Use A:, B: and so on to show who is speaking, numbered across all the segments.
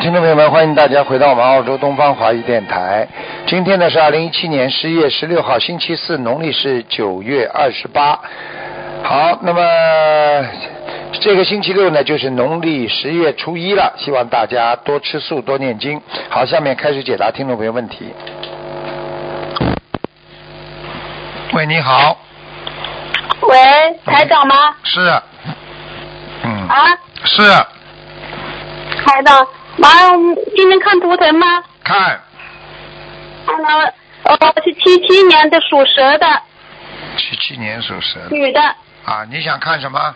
A: 听众朋友们，欢迎大家回到我们澳洲东方华语电台。今天呢是二零一七年十一月十六号，星期四，农历是九月二十八。好，那么这个星期六呢，就是农历十月初一了，希望大家多吃素，多念经。好，下面开始解答听众朋友问题。喂，你好，
B: 喂，台长吗？
A: 是，嗯，
B: 啊，
A: 是
B: 台长，妈，今天看图腾吗？
A: 看
B: 看了，哦，是七七年的属蛇的
A: 七七年属蛇的
B: 女的，
A: 啊，你想看什么？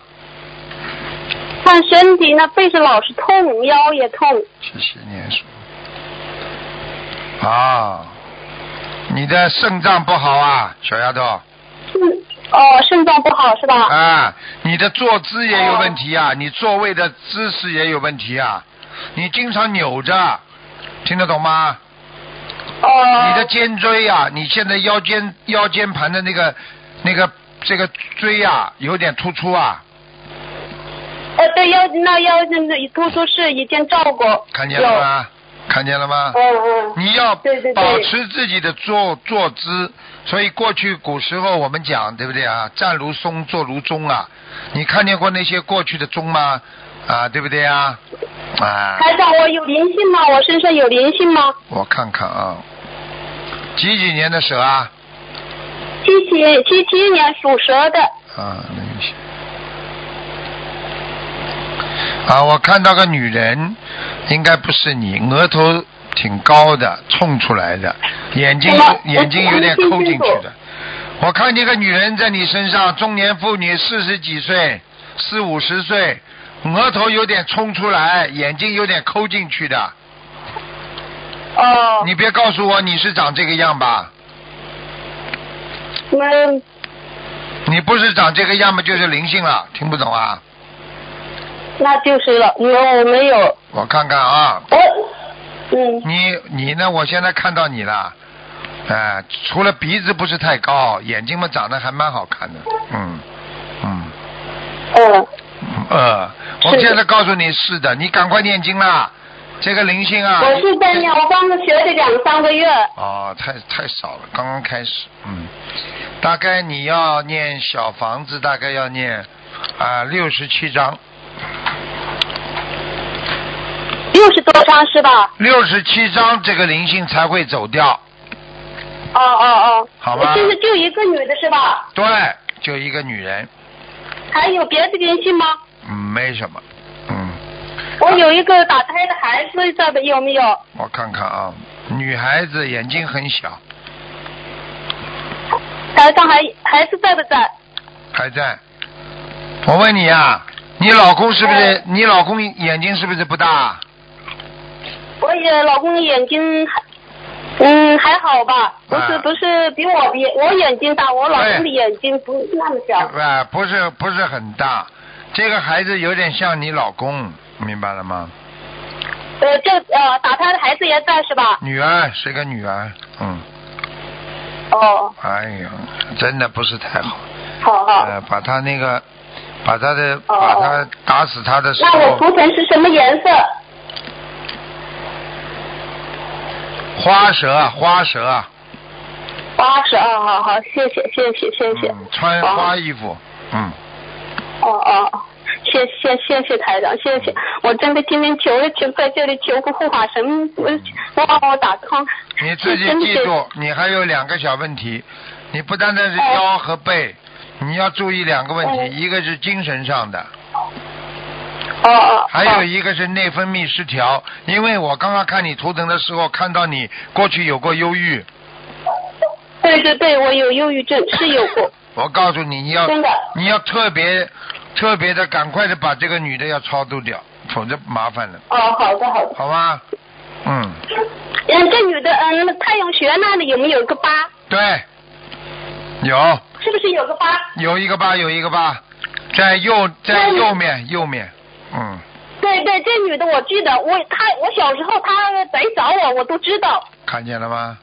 B: 看身体呢，背是老是痛，腰也痛，
A: 七七年属。啊，你的肾脏不好啊，小丫头。
B: 嗯，哦，肾脏不好是吧？
A: 啊，你的坐姿也有问题
B: 哦
A: 啊，你座位的姿势也有问题啊，你经常扭着，听得懂吗？
B: 哦，
A: 你的肩椎啊，你现在腰间腰间盘的那个那个这个椎啊，有点突出啊，
B: 呃，对腰那腰那那突出是以前照过，
A: 看见了吗？看见了吗
B: 有？？嗯嗯，
A: 你要
B: 对对对
A: 保持自己的坐坐姿，所以过去古时候我们讲，对不对啊？站如松，坐如钟啊。你看见过那些过去的钟吗？啊，对不对啊？啊，
B: 台长，我有灵性吗？我身上有灵性吗？
A: 我看看啊，几几年的蛇啊？
B: 七七七七年属蛇的，
A: 啊，那个是啊，我看到个女人，应该不是你，额头挺高的，冲出来的，眼睛
B: 什么
A: 眼睛有点
B: 我
A: 抠进
B: 我听
A: 去
B: 清楚
A: 的。我看见个女人在你身上，中年妇女，四十几岁，四五十岁，额头有点冲出来，眼睛有点抠进去的。
B: 哦，
A: 你别告诉我你是长这个样吧？
B: 嗯，
A: 你不是长这个样嘛，就是灵性了，听不懂啊？
B: 那就是了，没有我没有，
A: 我看看啊，
B: 我，哦嗯，
A: 你你呢？我现在看到你了，哎、除了鼻子不是太高，眼睛嘛长得还蛮好看的，嗯嗯
B: 嗯，
A: 嗯呃，我
B: 是
A: 现在告诉你是的，你赶快念经啦，这个灵性啊，
B: 我是在念，我刚刚学了两三个月，
A: 哦，太太少了，刚刚开始，嗯，大概你要念小房子，大概要念啊六十七章，
B: 六十多张是吧？
A: 六十七章这个灵性才会走掉，
B: 哦哦哦，
A: 好吧
B: 就是就一个女的是吧？
A: 对，就一个女人，
B: 还有别的联系吗？
A: 嗯，没什么，嗯。
B: 我有一个打胎的孩子，这边有没有？
A: 我看看啊，女孩子眼睛很小，
B: 台上还还是在不在？
A: 还在。我问你啊，你老公是不是
B: 哎？
A: 你老公眼睛是不是不大？
B: 我也老公眼睛还，嗯，还好吧，不是、
A: 啊
B: 不是比我眼我眼睛大，我老公
A: 对
B: 的眼睛不是那么小。
A: 啊，不是，不是很大。这个孩子有点像你老公，明白了吗？
B: 呃，这呃打胎的孩子也在是吧？
A: 女儿是个女儿，嗯，
B: 哦，
A: 哎呀，真的不是太好。
B: 好好。
A: 呃，把他那个，把他的，
B: 哦
A: 把他打死他的时
B: 那我
A: 候，
B: 图腾是什么颜色？
A: 花蛇，啊花蛇，
B: 八十二，好好，谢谢，谢谢，谢哦谢。
A: 嗯，穿花衣服，嗯，
B: 哦哦，谢谢，谢谢台长，谢
A: 嗯
B: 谢。我真的今天求了求，在这里求个护法神，我我帮我打通。
A: 你自己
B: 真的
A: 记
B: 是。哦
A: 住，你还有两个小问题，你不单单是腰和背，你要注意两个问
B: 嗯
A: 题，一个是精神上的，
B: 哦哦。
A: 还有
B: 哦
A: 一个是内分泌失调。因为我刚刚看你图腾的时候，看到你过去有过忧郁，
B: 对对对，我有忧郁症，是有过，
A: 我告诉你，你要
B: 真的。
A: 你要特别特别的，赶快的把这个女的要超度掉，否则麻烦了，
B: 哦，好的好的。
A: 好吧？嗯，
B: 嗯，这女的，嗯，太阳穴那里有没有个疤？
A: 对，有
B: 是不是有个疤？
A: 有一个疤，有一个疤，在右在
B: 那你
A: 右面右面，嗯。
B: 对对，这女的我记得，我她我小时候她来找我，我都知道。
A: 看见了吗？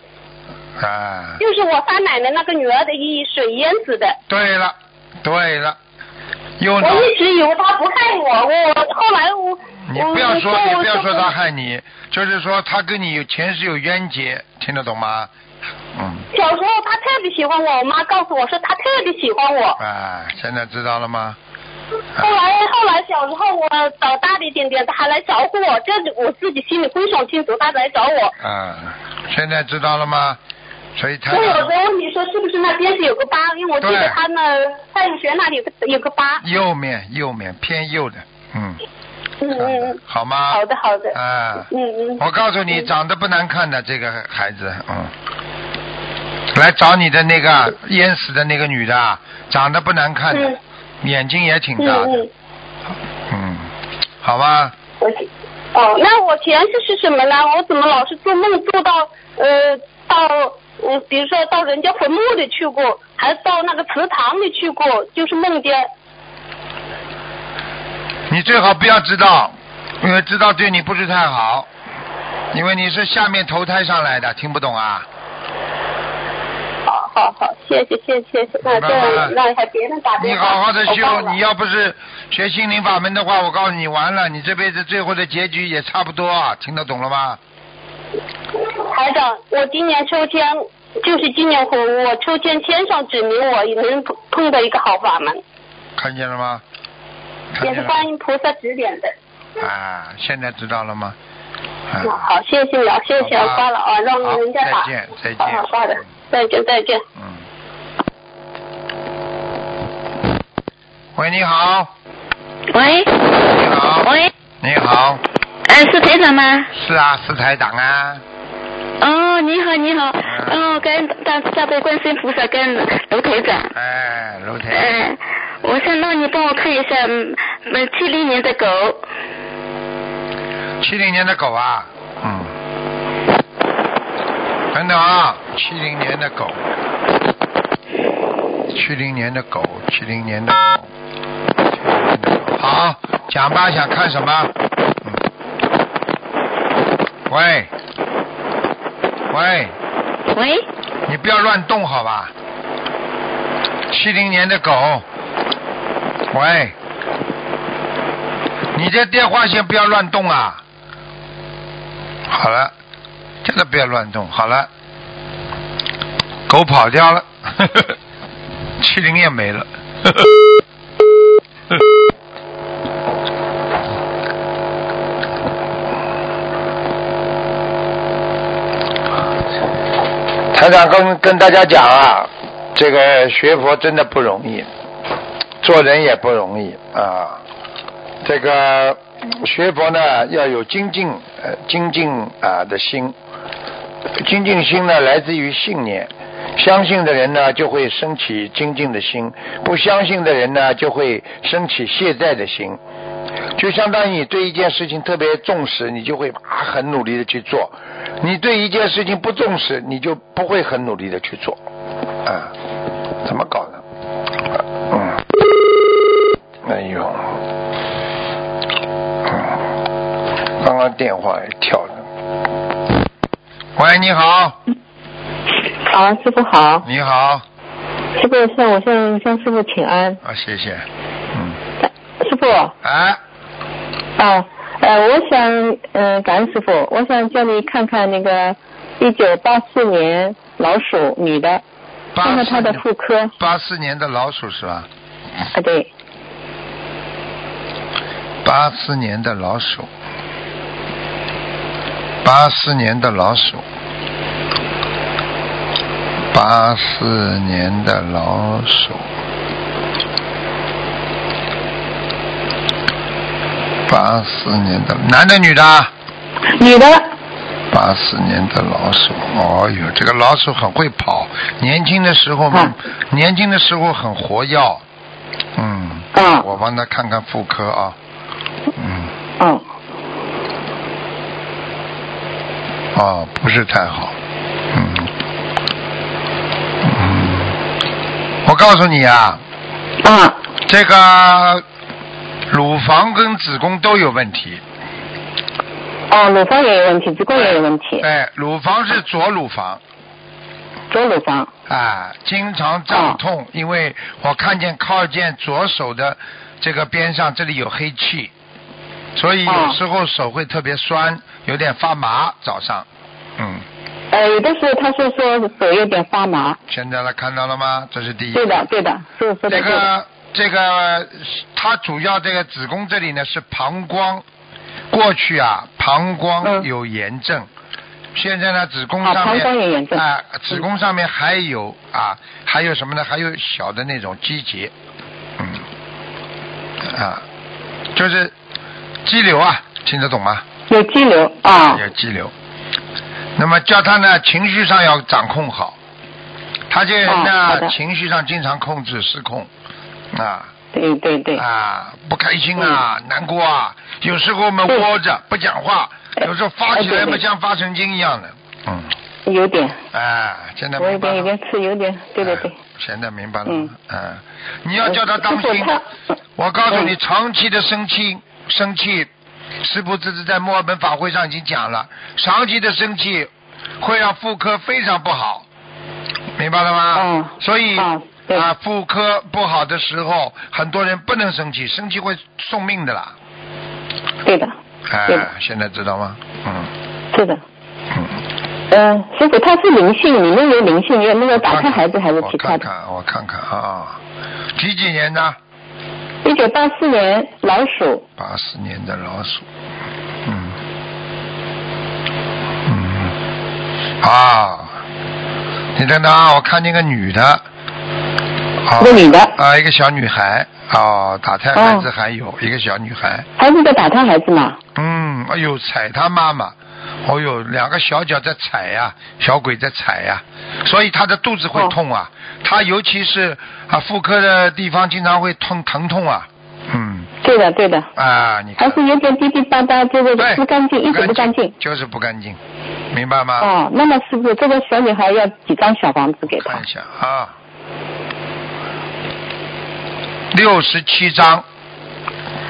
A: 啊，
B: 就是我三奶奶那个女儿的一水淹死的。
A: 对了，哦对了，右脑
B: 我一直以为她不害我，我后来我嗯
A: 你不要说
B: 我
A: 你不要说
B: 我
A: 他害你，就是说他跟你有前世有冤结，听得懂吗？嗯，
B: 小时候他特别喜欢我，我妈告诉我说他特别喜 欢我。
A: 啊，现在知道了吗？
B: 后来后来小时候我长大了一点点，他还来找我，这我自己心里非常清楚，他来找我。
A: 啊，现在知道了吗？所以台
B: 我有
A: 长
B: 时候你说是不是那边是有个疤？因为我记
A: 对
B: 得他们太阳穴那里有个有个疤。
A: 右面右面偏右的，嗯，
B: 嗯嗯嗯，
A: 好吗？
B: 好的好的。
A: 啊，
B: 嗯嗯。
A: 我告诉你，长得不难看的这个孩子，嗯，来找你的那个淹死的那个女的，长得不难看的，
B: 嗯
A: 眼睛也挺
B: 嗯
A: 大的，
B: 嗯，
A: 嗯，好吧，
B: 我记哦，那我前世是什么呢？我怎么老是做梦做到呃到嗯，比如说到人家坟墓里去过，还到那个祠堂里去过，就是梦见。
A: 你最好不要知道，因为知道对你不是太好，因为你是下面投胎上来的，听不懂啊？
B: 好好好，谢谢谢谢谢谢，那这
A: 明白了
B: 样那还别人打
A: 你
B: 电话，
A: 好好的
B: 我
A: 修
B: 忘，了
A: 你要不是学心灵法门的话，我告诉你完了，你这辈子最后的结局也差不多啊，听得懂了吗？
B: 台长，我今年秋天，就是今年我我秋天天上指明我能碰碰到一个好法门，
A: 看见了吗？看见
B: 也是
A: 了吗
B: 观音菩萨指点的。
A: 啊，现在知道了吗？啊
B: 那，好，谢谢了，谢谢
A: 好
B: 了，
A: 吧
B: 挂了啊，让
A: 好
B: 人家打。
A: 再见再见
B: 好好挂了，再见再见。
A: 嗯。喂，你好，
C: 喂，
A: 你好，
C: 喂，
A: 你好，
C: 呃，是台长吗？
A: 是啊，是台长啊，
C: 哦，你好，你好，
A: 嗯
C: 哦，跟大大悲观世音菩萨跟卢台长，
A: 哎，楼台长，
C: 嗯、我想让你帮我看一下，嗯，七零年的狗，
A: 七零年的狗啊，嗯，等等啊，七零年的狗，七零年的狗，七零年的狗，70年的狗好，讲吧，想看什么？嗯，喂，喂，
C: 喂，
A: 你不要乱动好吧？七零年的狗，喂，你这电话线不要乱动啊！好了，真的不要乱动，好了，狗跑掉了， 七零也没了。台长跟跟大家讲啊，这个学佛真的不容易，做人也不容易啊。这个学佛呢，要有精进呃精进啊的心，精进心呢来自于信念。相信的人呢，就会升起精进的心；不相信的人呢，就会升起懈怠的心。就相当于你对一件事情特别重视，你就会啊很努力的去做；你对一件事情不重视，你就不会很努力的去做。啊，怎么搞的？嗯，哎呦，嗯，刚刚电话也跳了。喂，你好，
D: 啊，师傅好，
A: 你好，
D: 师傅向我向向师傅请安，
A: 啊，谢谢，嗯，
D: 师傅啊，
A: 哎，
D: 呃，我想嗯、呃感恩师傅，我想叫你看看那个一九八四年老鼠女的，
A: 八
D: 看看她
A: 四嗯
D: 的妇科
A: 八四年的老鼠是吧？
D: 啊，对，
A: 八四年的老鼠，八四年的老鼠，八四年的老鼠，八四年的男的女的？
D: 女的，
A: 八四年的老鼠，哦呦，这个老鼠很会跑，年轻的时候，
D: 嗯
A: 年轻的时候很活跃，嗯，
D: 嗯
A: 我帮他看看妇科啊，嗯。
D: 嗯，
A: 哦，不是太好。嗯，嗯，我告诉你啊，
D: 啊，
A: 这个乳房跟子宫都有问题。
D: 哦，乳房也有问题，子宫也有问题，
A: 哎，乳房是左乳房
D: 左乳房，
A: 啊，经常胀痛，因为我看见靠近左手的这个边上这里有黑气，所以有
D: 哦
A: 时候手会特别酸，有点发麻，早上，嗯，
D: 呃，有的时候他是说手有点发麻，
A: 现在了，看到了吗？这是第一
D: 对的，对的，是说的
A: 这
D: 对的。
A: 嗯个 这个，它主要这个子宫这里呢是膀胱，过去啊膀胱
D: 嗯
A: 有炎症，现在呢子宫
D: 啊
A: 上面
D: 膀胱有炎症
A: 啊、子宫上面还有啊还有什么呢？还有小的那种肌节，嗯，啊，就是肌瘤啊，听得懂吗？
D: 有肌瘤啊，
A: 有肌瘤。那么叫他呢，情绪上要掌控好。他这个人
D: 哦好
A: 呢，
D: 的
A: 情绪上经常控制失控，啊
D: 对对对，嗯
A: 啊，不开心啊，难过啊，有时候我们
D: 对
A: 窝着不讲话，有时候发起来
D: 哎对
A: 嘛，
D: 对
A: 像发神经一样的。嗯，
D: 有点，
A: 哎，现在
D: 我有
A: 明白
D: 点有
A: 了。
D: 点刺，有点，对对对
A: 哎，现在明白了。
D: 嗯
A: 嗯，你要叫他当
D: 师
A: 心
D: 傅他。
A: 我告诉你，
D: 嗯
A: 长期的生气，生气，师傅这次在墨尔本法会上已经讲了，长期的生气会让妇科非常不好，明白了吗？
D: 嗯
A: 所以
D: 啊对
A: 啊，妇科不好的时候，很多人不能生气，生气会送命的啦。
D: 对的，
A: 哎、
D: 对的
A: 现在知道吗？嗯
D: 是的。
A: 嗯。
D: 嗯，师傅，他是灵性，里面有灵性，有那个打胎孩子还是
A: 我
D: 其他
A: 看
D: 的？
A: 看，我看看啊，几几年的？
D: 一九八四年老鼠，
A: 八四年的老鼠，嗯，嗯，啊，你等等啊，我看见个女的，啊
D: 一个女的
A: 啊，一个小女孩，哦、打胎孩子
D: 哦
A: 还有、一个小女孩，
D: 还是在打胎孩子嘛？
A: 嗯，哎呦，踩她妈妈，哦呦，两个小脚在踩呀、小鬼在踩呀、所以她的肚子会
D: 哦
A: 痛啊，她尤其是啊妇科的地方经常会痛疼痛啊，嗯，
D: 对的，对的，
A: 啊，你看
D: 还。是有点滴滴答答，就是
A: 对，
D: 不干净，一直不干净。
A: 就是不干净，啊明白吗？
D: 哦，那么师傅，这个小女孩要几张小房子给她
A: 看一？下啊，六十七章，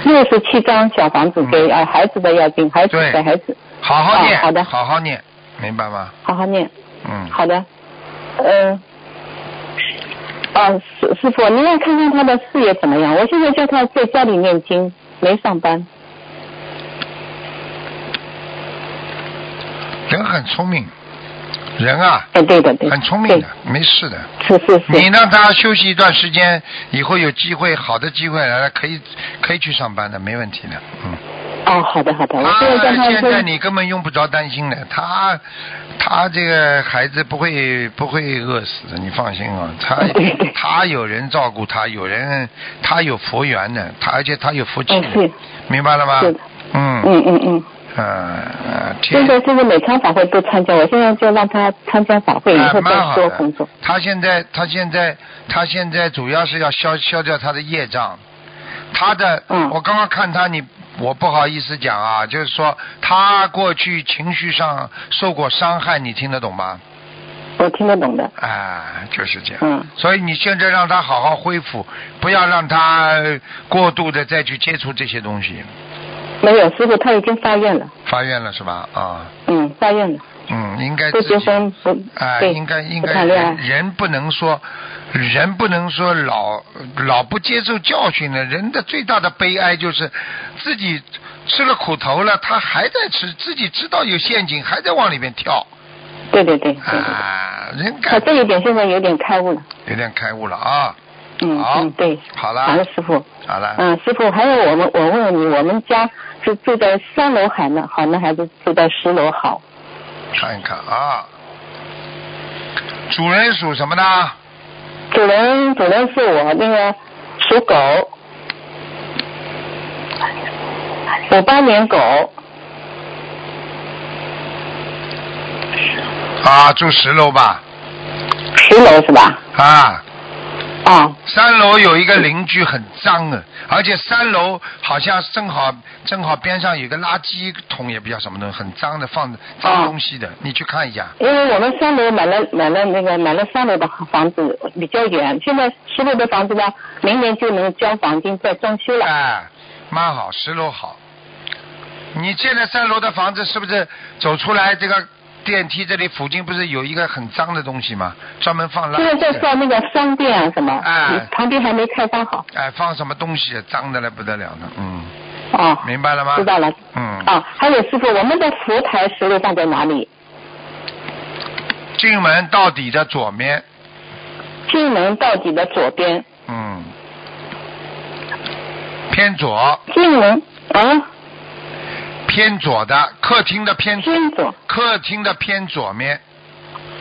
D: 六十七张小房子给
A: 嗯
D: 啊孩子的要紧，孩子
A: 对
D: 给孩子，
A: 好好念，
D: 哦好的
A: 好好念，明白吗？
D: 好好念。
A: 嗯，
D: 好的，嗯、啊，师师傅，您要看看他的事业怎么样？我现在叫他在家里念经，没上班。
A: 人很聪明，人啊，
D: 哎，对的，对的，
A: 很聪明的，没事的。
D: 对，是是
A: 你
D: 是，
A: 让他休息一段时间，以后有机会，好的机会来了，可以可以去上班的，没问题的。嗯，
D: 哦，好的好的，我
A: 他
D: 现在叫他
A: 啊现在
D: 说，
A: 你根本用不着担心的，他他这个孩子不会不会饿死的，你放心啊，他 他有人照顾他，有人他有佛缘的，他而且他有福气
D: 嗯
A: 的
D: 是，
A: 明白了吗
D: 是的？
A: 嗯
D: 嗯嗯嗯，
A: 呃
D: 现
A: 天
D: 在就是每场法会都参加，我现在就让他参加法会，以
A: 哎
D: 后
A: 蛮
D: 再
A: 好
D: 说
A: 的
D: 工作。
A: 他现在他现在他现在主要是要消消掉他的业障，他的、
D: 嗯
A: 我刚刚看他你。我不好意思讲啊，就是说他过去情绪上受过伤害，你听得懂吗？
D: 我听得懂的，
A: 啊，就是这样。
D: 嗯
A: 所以你现在让他好好恢复，不要让他过度的再去接触这些东西。
D: 没有师傅他已经发愿了，
A: 发愿了是吧？啊，
D: 嗯，发愿了，
A: 嗯，应该
D: 不
A: 自己
D: 结婚不
A: 啊、
D: 对，
A: 应该应
D: 不
A: 该
D: 谈恋
A: 人
D: 爱，
A: 人不能说，人不能说老老不接受教训的，人的最大的悲哀就是自己吃了苦头了，他还在吃，自己知道有陷阱，还在往里面跳
D: 对对对对对对，
A: 啊，人
D: 他
A: 感
D: 这一点现在有点开悟了，
A: 有点开悟了啊，
D: 嗯
A: 好
D: 嗯对，
A: 好了
D: 感恩师傅。
A: 好了，
D: 嗯，师傅，还有我们，我问问你，我们家是住在三楼好呢，好呢，还是住在十楼好？
A: 看一看啊，主人属什么呢？
D: 主人，主人是我那个属狗，五八年狗，
A: 啊，住十楼吧。
D: 十楼是吧？
A: 啊，
D: 啊，
A: 三楼有一个邻居很脏啊，而且三楼好像正好正好边上有个垃圾桶，也不知道什么东西，很脏的，放脏东西
D: 啊
A: 的，你去看一下。
D: 因为我们三楼买了买了那个买了三楼的房子比较远，现在十楼的房子呢，明年就能交房金再装修了。
A: 哎，蛮好，十楼好。你现在三楼的房子是不是走出来这个电梯这里附近不是有一个很脏的东西吗？专门放垃
D: 现在
A: 圾
D: 在
A: 的。
D: 造那个商店啊什么
A: 哎，
D: 旁边还没开发好。
A: 啊哎，放什么东西脏的了不得了呢，嗯。
D: 哦，
A: 明白了吗？
D: 知道了。
A: 嗯，
D: 啊，还有师傅，我们的佛台石榴放在哪里？
A: 进门到底的左面，
D: 进门到底的左边，
A: 嗯，偏左，
D: 进门啊，
A: 偏左的客厅的偏
D: 偏左。
A: 客厅的偏左面，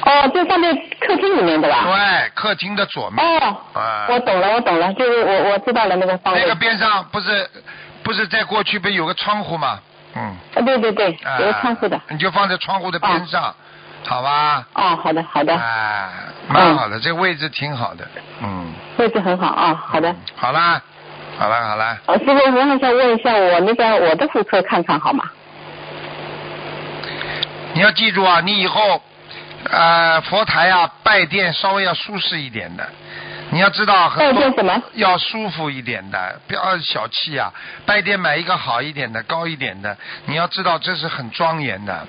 D: 哦，就放在客厅里面的吧？
A: 对，客厅的左面，
D: 哦，
A: 啊、
D: 我懂了，我懂了，就是我我知道了那个方位。
A: 那个边上不是不是在过去不是有个窗户吗？嗯，
D: 啊，对对对，
A: 啊
D: 有个窗户的。
A: 你就放在窗户的边上，好吧？
D: 哦，好的好的，
A: 哎，蛮好的，这位置挺好的，嗯，
D: 位置很好啊，嗯好的
A: 嗯。，好啦，好啦，好啦，
D: 啊，师傅，我还想问一下我那个我的妇科看看好吗？
A: 你要记住啊，你以后呃佛台啊拜殿稍微要舒适一点的，你要知道很
D: 拜
A: 多
D: 殿什么？
A: 要舒服一点的，不要小气啊，拜殿买一个好一点的、高一点的，你要知道这是很庄严的。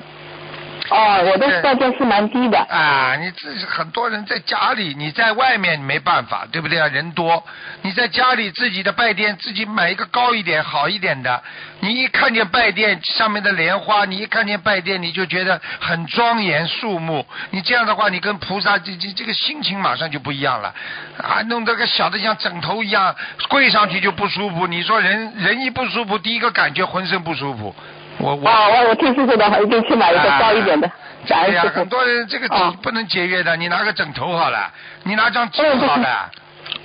D: 哦，我
A: 对
D: 的代价是蛮低的。
A: 啊，你自己很多人在家里，你在外面你没办法，对不对啊？人多，你在家里自己的拜殿，自己买一个高一点、好一点的。你一看见拜殿上面的莲花，你一看见拜殿，你就觉得很庄严肃穆。你这样的话，你跟菩萨这这这个心情马上就不一样了啊！弄这个小的像枕头一样，跪上去就不舒服。你说人人一不舒服，第一个感觉浑身不舒服。我我
D: 啊，我我听师傅的，一定去买一个高一点的
A: 啊。
D: 感
A: 对
D: 恩
A: 呀、
D: 师傅
A: 很。多人这个
D: 啊
A: 不能节约的，你拿个枕头好了，你拿张纸好了。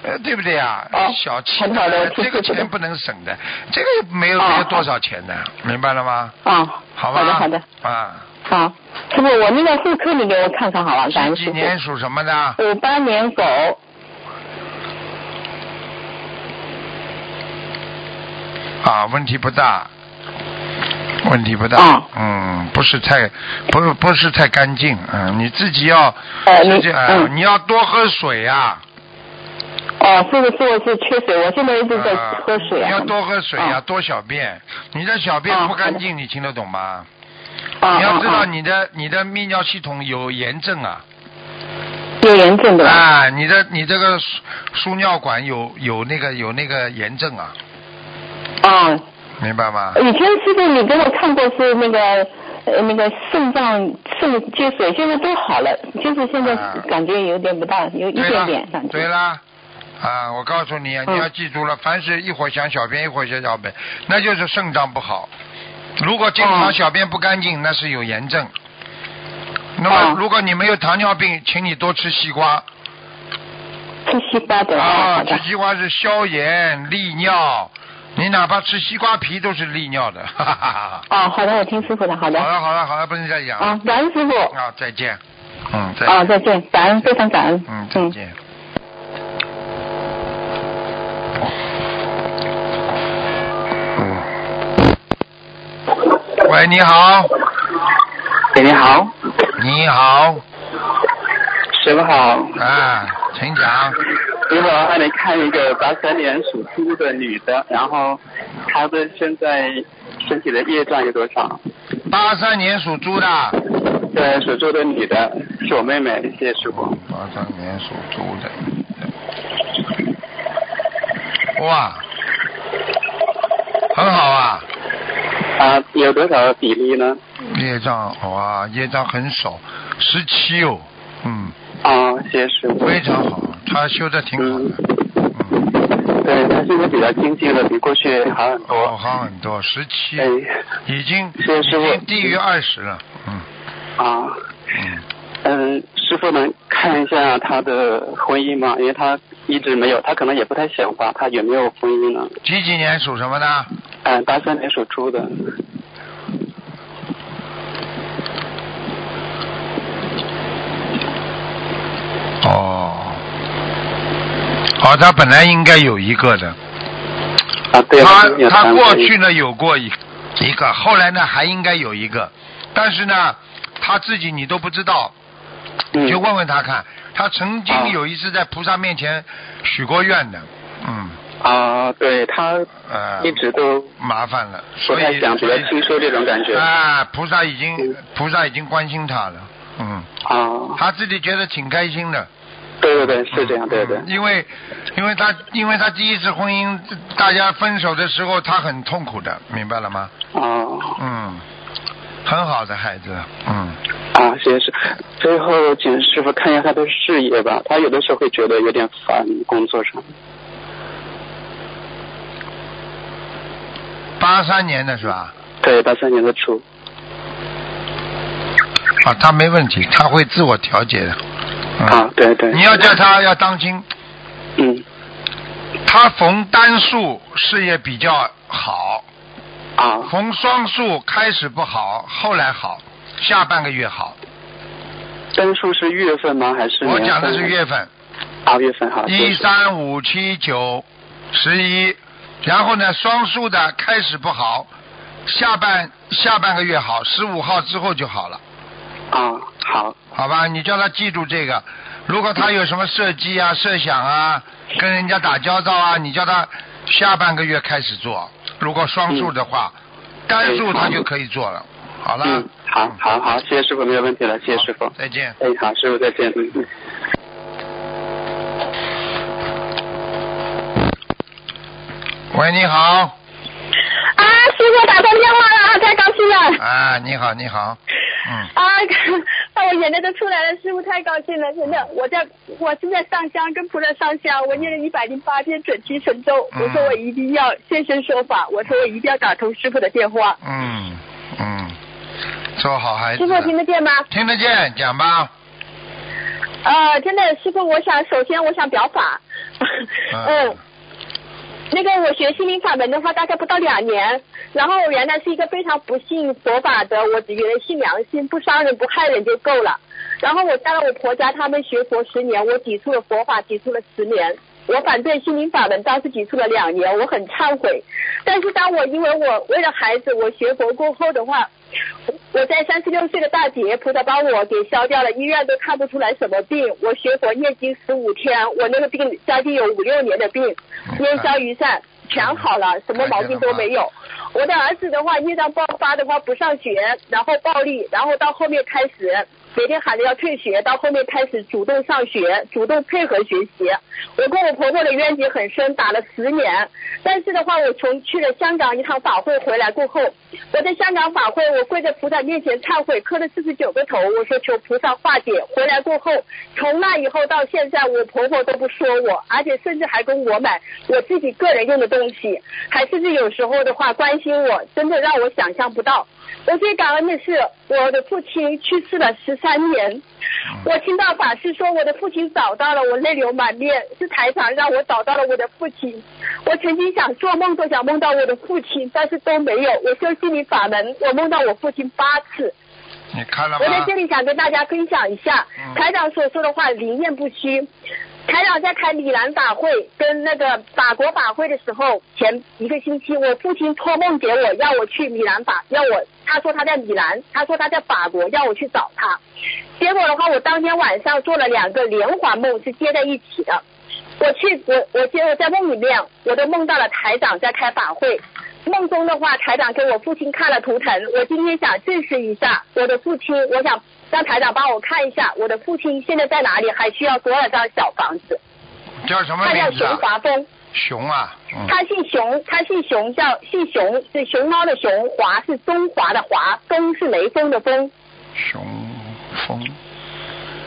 A: 呃，对不对呀、
D: 哦
A: 小气呃
D: 很好的
A: 这个
D: 谢谢
A: 钱不能省的，这个也没有、
D: 哦
A: 没有多少钱的，明白了吗？
D: 啊，
A: 好吧。
D: 好的好的，
A: 啊，
D: 好，师傅，我那个妇科你给我看看好吧？感恩
A: 几
D: 师
A: 年
D: 傅。
A: 属什么的？
D: 五八年狗，
A: 啊，问题不大，问题不大。
D: 哦
A: 嗯，不是太，不是不是太干净，嗯，你自己要，
D: 呃
A: 自
D: 你
A: 己啊、
D: 嗯
A: 你要多喝水啊。
D: 哦，这个是我是缺水，我现在一直在
A: 啊
D: 喝水啊。
A: 你要多喝水呀、
D: 啊
A: 多小便。你的小便
D: 啊
A: 不干净，你听得懂吗？
D: 啊
A: 你要知道
D: 啊
A: 你的你的泌尿系统有炎症啊，
D: 有炎症的吧。
A: 啊，你的你这个输输尿管有有那个有那个炎症啊，
D: 啊，
A: 明白吗？
D: 以前师傅你给我看过是那个呃那个肾脏肾积水，现在都好了，就是现在
A: 啊
D: 感觉有点不大，有呃一
A: 对
D: 点
A: 啦
D: 点感，觉。
A: 对啦。啊，我告诉你啊，
D: 嗯
A: 你要记住了，凡是一会儿想小便，一会儿想小便，那就是肾脏不好。如果经常
D: 哦
A: 小便不干净，那是有炎症。那么，
D: 哦
A: 如果你没有糖尿病，请你多吃西瓜。
D: 吃西瓜的
A: 啊，
D: 好的
A: 吃。西瓜是消炎利尿，你哪怕吃西瓜皮都是利尿的。 哈哈哈哈
D: 哦，好的，我听师傅的，好的。
A: 好了好了好了，不能再讲了。
D: 啊，感恩师傅。
A: 啊，再见。嗯，再见。
D: 啊，再见，感恩，非常感恩。
A: 嗯，再见。嗯喂，你好，
E: 喂，哎你好，
A: 你好，
E: 师傅好，
A: 啊，请讲，
E: 师傅还得看一个八三年属猪的女的，然后她的现在身体的业障有多少？
A: 八三年属猪的，
E: 对，属猪的女的是我妹妹，谢谢师傅。
A: 八三年属猪的，哇，很好啊，
E: 啊，有多少比例呢？
A: 业障哇，业障很少，十七哦，嗯，
E: 啊，谢谢师傅。
A: 非常好，他修的挺好
E: 嗯
A: 的，，嗯，
E: 对，她现在比较精进了，比过去好很多。
A: 哦，好很多，十七
E: 哎，
A: 已经
E: 谢谢
A: 已
E: 师傅
A: 经低于二十了，嗯
E: 啊，
A: 嗯，
E: 嗯，师傅能看一下她的婚姻吗？因为她一直没有，她可能也不太显化，她有没有婚姻呢？
A: 几几年属什么的？
E: 嗯，八三年属猪的。
A: 哦，哦，他本来应该有一个的，
E: 啊，对啊，
A: 他
E: 今年
A: 他
E: 三
A: 过
E: 十一
A: 去呢有过一一个，后来呢还应该有一个，但是呢他自己你都不知道，
E: 嗯
A: 你就问问他看，他曾
E: 哦
A: 经有一次在菩萨面前许过愿的，嗯
E: 啊，对他
A: 呃
E: 一直都
A: 麻烦了，
E: 不
A: 所
E: 太
A: 以
E: 想，比
A: 所
E: 较
A: 以
E: 清修这种感觉啊
A: 啊菩萨已经
E: 嗯
A: 嗯
E: 啊
A: 菩萨已经关心他了，嗯，他自己觉得挺开心的，
E: 对对对，是这样，对对
A: 嗯因为，因为他，因为他第一次婚姻，大家分手的时候，他很痛苦的，明白了吗？
E: 哦
A: 嗯，很好的孩子，嗯，
E: 啊，谢谢师。最后请师傅看一下他的事业吧，他有的时候会觉得有点烦，工作上。
A: 八三年的是吧？
E: 对，八三年的猪。
A: 啊，他没问题，他会自我调节的。嗯、
E: 啊，对对。
A: 你要叫他要当心，
E: 嗯
A: 他逢单数事业比较好，
E: 啊
A: 逢双数开始不好，后来好，下半个月好。
E: 单数是月份吗？还是
A: 我
E: 年
A: 讲的
E: 份
A: 是月份，
E: 啊月份哈。
A: 一三五七九十一，然后呢，双数的开始不好，下半下半个月好，十五号之后就好了。
E: 啊好
A: 好吧，你叫他记住这个。如果他有什么设计啊、设想啊，跟人家打交道啊，你叫他下半个月开始做。如果双数的话，单数他就可以做了。好了，
E: 嗯好好好，谢谢师傅没有问题了，谢谢师傅。
A: 再见。
E: 哎好，师傅再见。嗯嗯。
A: 喂，你好，
B: 啊，师傅打通电话了，啊太高兴了。
A: 啊，你好，你好，嗯，
B: 啊， 把我眼泪都出来了，师傅太高兴了，真的。我在我正在上香，跟菩萨上香，我念了一百零八遍准提神咒，
A: 嗯
B: 我说我一定要现身说法，我说我一定要打通师傅的电话。
A: 嗯，嗯，做好孩子
B: 师。傅听得见吗？
A: 听得见，讲吧。
B: 啊，真的，师傅，我想首先我想表法， 嗯。那个我学心灵法门的话，大概不到两年。然后我原来是一个非常不信佛法的，我只觉得信良心，不伤人不害人就够了。然后我带了我婆家他们学佛十年，我抵触了佛法，抵触了十年。我反对心灵法门，当时抵触了两年，我很忏悔。但是当我因为我为了孩子，我学佛过后的话，我在三十六岁的大劫，菩萨帮我给消掉了，医院都看不出来什么病。我学佛念经十五天，我那个病将近有五六年的病，烟消云散，全好了，什么毛病都没有。我的儿子的话，业障爆发的话不上学，然后暴力，然后到后面开始每天喊着要退学，到后面开始主动上学，主动配合学习。我跟我婆婆的冤结很深，打了十年。但是的话，我从去了香港一趟法会回来过后，我在香港法会，我跪在菩萨面前忏悔，磕了四十九个头，我说求菩萨化解。回来过后，从那以后到现在，我婆婆都不说我，而且甚至还跟我买我自己个人用的东西，还甚至有时候的话关心我，真的让我想象不到。我最感恩的是，我的父亲去世了十三年。我听到法师说我的父亲找到了，我泪流满面。是台长让我找到了我的父亲。我曾经想做梦都想梦到我的父亲，但是都没有。我修心灵法门，我梦到我父亲八次。
A: 你看了
B: 我在
A: 吗
B: 这？里想跟大家分享一下
A: 嗯
B: 台长所说的话，灵验不虚。台长在开米兰法会跟那个法国法会的时候，前一个星期，我父亲托梦给我，要我去米兰法，要我他说他在米兰，他说他在法国，要我去找他。结果的话，我当天晚上做了两个连环梦，是接在一起的。我去，我我接我在梦里面，我都梦到了台长在开法会。梦中的话，台长给我父亲看了图腾，我今天想证实一下我的父亲，我想让台长帮我看一下我的父亲现在在哪里，还需要多少张小房子？
A: 叫什么
B: 他叫
A: 名字
B: 熊
A: 啊？
B: 华峰，
A: 熊啊，嗯，
B: 他姓熊，他姓熊叫姓熊是熊猫的熊，华是中华的华，风是雷锋的风。
A: 熊风，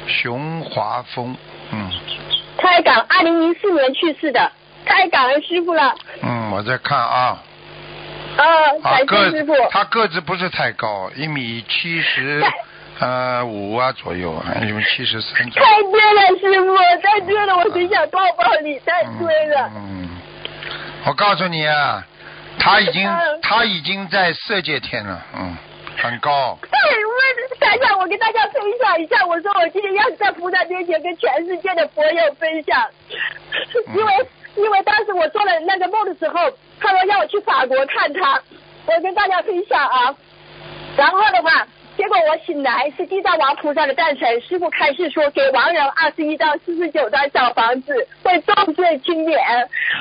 A: 熊华峰，嗯。
B: 太感二零零四年去世的，太感恩师傅了，
A: 嗯，我在看啊，
B: 呃，
A: 啊
B: 感
A: 个
B: 谢师傅。
A: 他个子不是太高，一米七 十
B: 太
A: 呃五啊左右，啊，一米七十三左右。
B: 太对了，师傅，太对了，我很想抱抱你，太对了。
A: 嗯，嗯我告诉你啊，他 已经
B: 嗯
A: 他已经在色界天了，嗯，很高，
B: 哎，我台长，我跟大家分享一下，我说我今天要在菩萨面前跟全世界的佛友分享，因为因为当时我做了那个梦的时候，他说让我去法国看他，我跟大家分享啊。然后的话，结果我醒来是地藏王菩萨的诞辰，师傅开示说给亡人二十一到四十九张小房子会重罪轻免。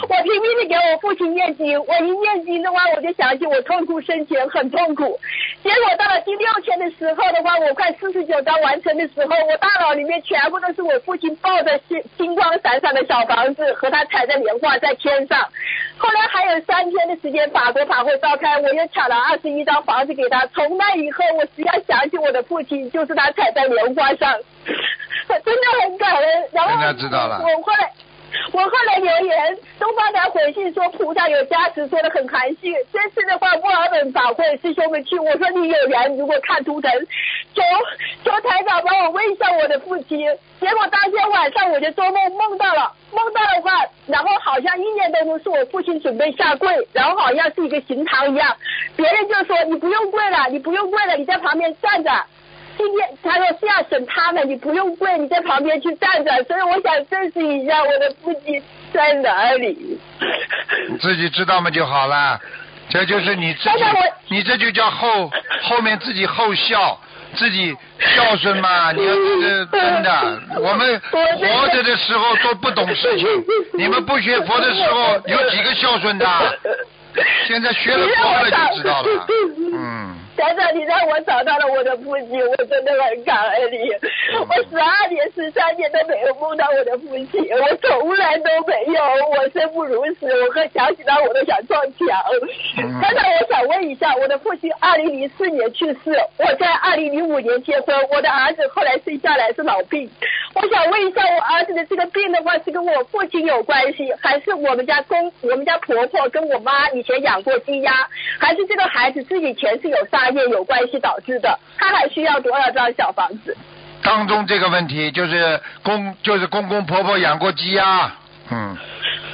B: 我拼命的给我父亲念经，我一念经的话，我就想起我痛苦生前很痛苦。结果到了第六天的时候的话，我快四十九章完成的时候，我大脑里面全部都是我父亲抱着金金光闪闪的小房子和他踩着莲花在天上。后来还有三天的时间，法国法会召开，我又抢了二十一张房子给他。从那以后，我只要想起我的父亲，就是他踩在莲花上， 我真的很感人。然后
A: 人家知道了
B: 我后来。我后来留言，东方台回信说菩萨有加持，说的很含蓄。这次的话，墨尔本法会师兄们去，我说你有缘，如果看图腾，求求台长帮我问一下我的父亲。结果当天晚上我就做梦梦到了，梦到的话，然后好像意念当中是我父亲准备下跪，然后好像是一个行堂一样，别人就说你不用跪了，你不用跪了，你在旁边站着。今天他说是要审他们，你不用跪，你在旁边去站着。所以我想证实一下我的父亲在哪里。
A: 你自己知道嘛就好了。这就是你自己
B: 但是我，
A: 你这就叫后后面自己后孝，自己孝顺嘛。你要这
B: 嗯
A: 真的，我们活着的时候都不懂事情，你们不学佛的时候有几个孝顺的？啊 现在学了佛了就知道了。啊嗯，
B: 台长，你让我找到了我的父亲，我真的很感恩你。我十二年、十三年都没有梦到我的父亲，我从来都没有，我生不如死，我和想起他我都想撞
A: 嗯
B: 墙。台长，我想问一下，我的父亲二零零四年去世，我在二零零五年结婚，我的儿子后来生下来是老病。我想问一下，我儿子的这个病的话，是跟我父亲有关系，还是我们家公、我们家婆婆跟我妈以前养过鸡鸭，还是这个孩子自己前世有杀业有关系导致的？他还需要多少张小房子？
A: 当中这个问题就是公就是公公婆婆养过鸡呀，嗯，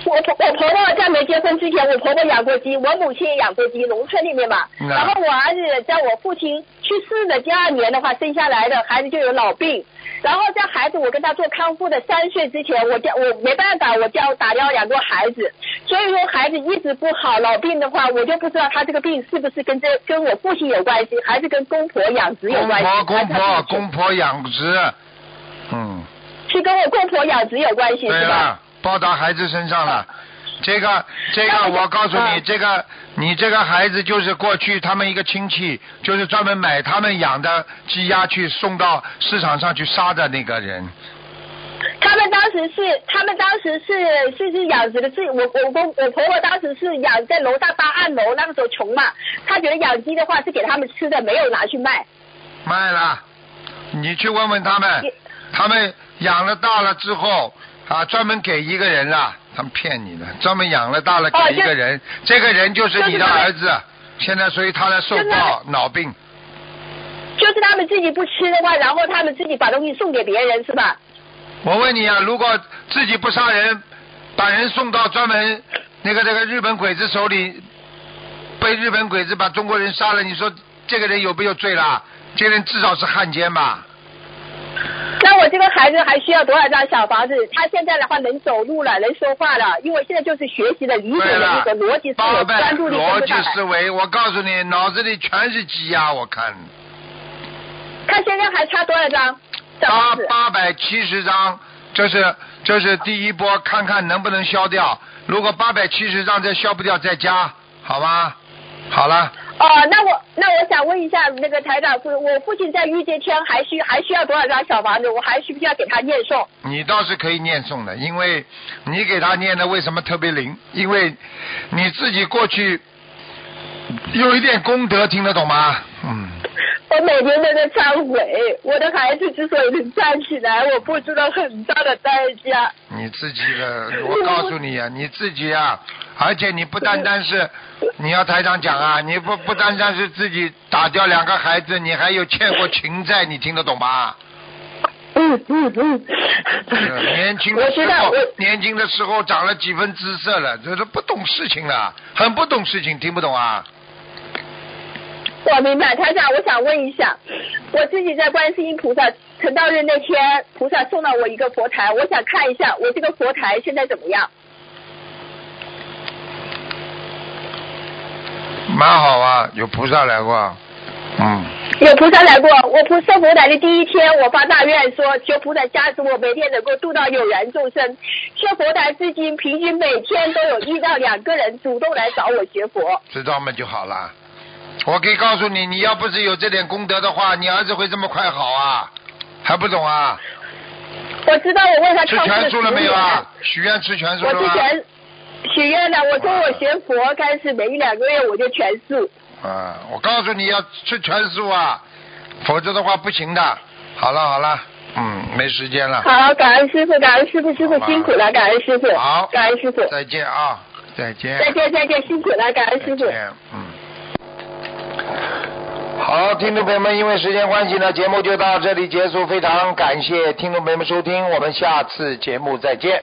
B: 我婆我婆婆在没结婚之前，我婆婆养过鸡，我母亲也养过鸡，农村里面嘛。
A: 嗯
B: 然后我儿子在我父亲去世的第二年的话，生下来的孩子就有老病。然后在孩子我跟他做康复的三岁之前，我掉我没办法，我掉打掉两个孩子，所以说孩子一直不好，老病的话，我就不知道他这个病是不是跟这跟我父亲有关系，还是跟公婆养殖有
A: 公
B: 关系？
A: 婆公
B: 还
A: 婆
B: 是
A: 公婆养殖，嗯。
B: 是跟我公婆养殖有关系
A: 对啊
B: 是吧？
A: 了，报到孩子身上了。这个，这个，我告诉你，
B: 嗯
A: 这个，你这个孩子就是过去他们一个亲戚，就是专门买他们养的鸡鸭去送到市场上去杀的那个人。
B: 他们当时是，他们当时是是是养殖的，是我我公我婆婆当时是养在楼上八按楼，那个时候穷嘛，她觉得养鸡的话是给他们吃的，没有拿去卖。
A: 卖了，你去问问他们
B: 也，
A: 他们养了大了之后啊，专门给一个人了，他们骗你的，专门养了大了
B: 哦
A: 给一
B: 就
A: 个人，这个人就是
B: 就是
A: 你的
B: 他们
A: 儿子，现在所以他在受
B: 就是他们
A: 报脑病，
B: 就是他们自己不吃的话，然后他们自己把东西送给别人是吧？
A: 我问你啊，如果自己不杀人，把人送到专门那个那个日本鬼子手里，被日本鬼子把中国人杀了，你说这个人有没有罪啦？这个人至少是汉奸吧？
B: 那我这个孩子还需要多少张小房子？他现在的话能走路了，能说话了，因为现在就是学习的理
A: 对
B: 解能力
A: 了
B: 和逻辑，思
A: 八
B: 维、
A: 百
B: 专注力跟
A: 逻
B: 不
A: 辑
B: 上来
A: 思。维，我告诉你，脑子里全是鸡鸭，我看
B: 他现在还差多少张？小
A: 八
B: 房子？
A: 八百七十张，这是这是第一波，看看能不能消掉。如果八百七十张再消不掉，再加，好吗？好了，
B: 哦，那我那我想问一下那个台长，我我父亲在御界天还需还需要多少张小房子？我还需不需要给他念诵？
A: 你倒是可以念诵的，因为你给他念的为什么特别灵？因为你自己过去有一点功德，听得懂吗？嗯，
B: 我每天都在忏悔，我的孩子之所以能站起来，我付出了很大的代价。
A: 你自己的，我告诉 你啊，你自己啊，而且你不单单是你要台长讲啊，你不不单单是自己打掉两个孩子，你还有欠过情债，你听得懂 吗？
B: 嗯嗯嗯
A: 是啊年轻
B: 我
A: 的
B: 知
A: 时
B: 道，
A: 候
B: 我，
A: 年轻的时候长了几分姿色了，就是不懂事情了，很不懂事情，听不懂啊？
B: 我明白，台长，我想问一下，我自己在观世音菩萨成道日那天，菩萨送了我一个佛台，我想看一下我这个佛台现在怎么样？
A: 蛮好啊，有菩萨来过啊，嗯，
B: 有菩萨来过，我菩萨佛来的第一天，我发大愿说，求菩萨加持我每天能够度到有缘众生。学佛台至今，平均每天都有一到两个人主动来找我学佛。
A: 知道吗就好了。我可以告诉你，你要不是有这点功德的话，你儿子会这么快好啊？还不懂啊？
B: 我知道我为他
A: 吃
B: 超
A: 全
B: 度
A: 素了没有啊？许愿吃全素
B: 我
A: 了
B: 之
A: 吗？
B: 前许愿了，我说我学佛开始每一两个月我就全素。
A: 啊，我告诉你要吃全素啊，否则的话不行的。好了好了，嗯，没时间了，
B: 好，感恩师傅，感恩师傅，师傅
A: 好吧
B: 辛苦了，感恩师傅，
A: 好
B: 感恩师傅，
A: 再见啊，再见。
B: 再见再见，辛苦了，感恩师傅
A: 再。见，嗯。好，听众朋友们，因为时间关系呢，节目就到这里结束。非常感谢听众朋友们收听，我们下次节目再见。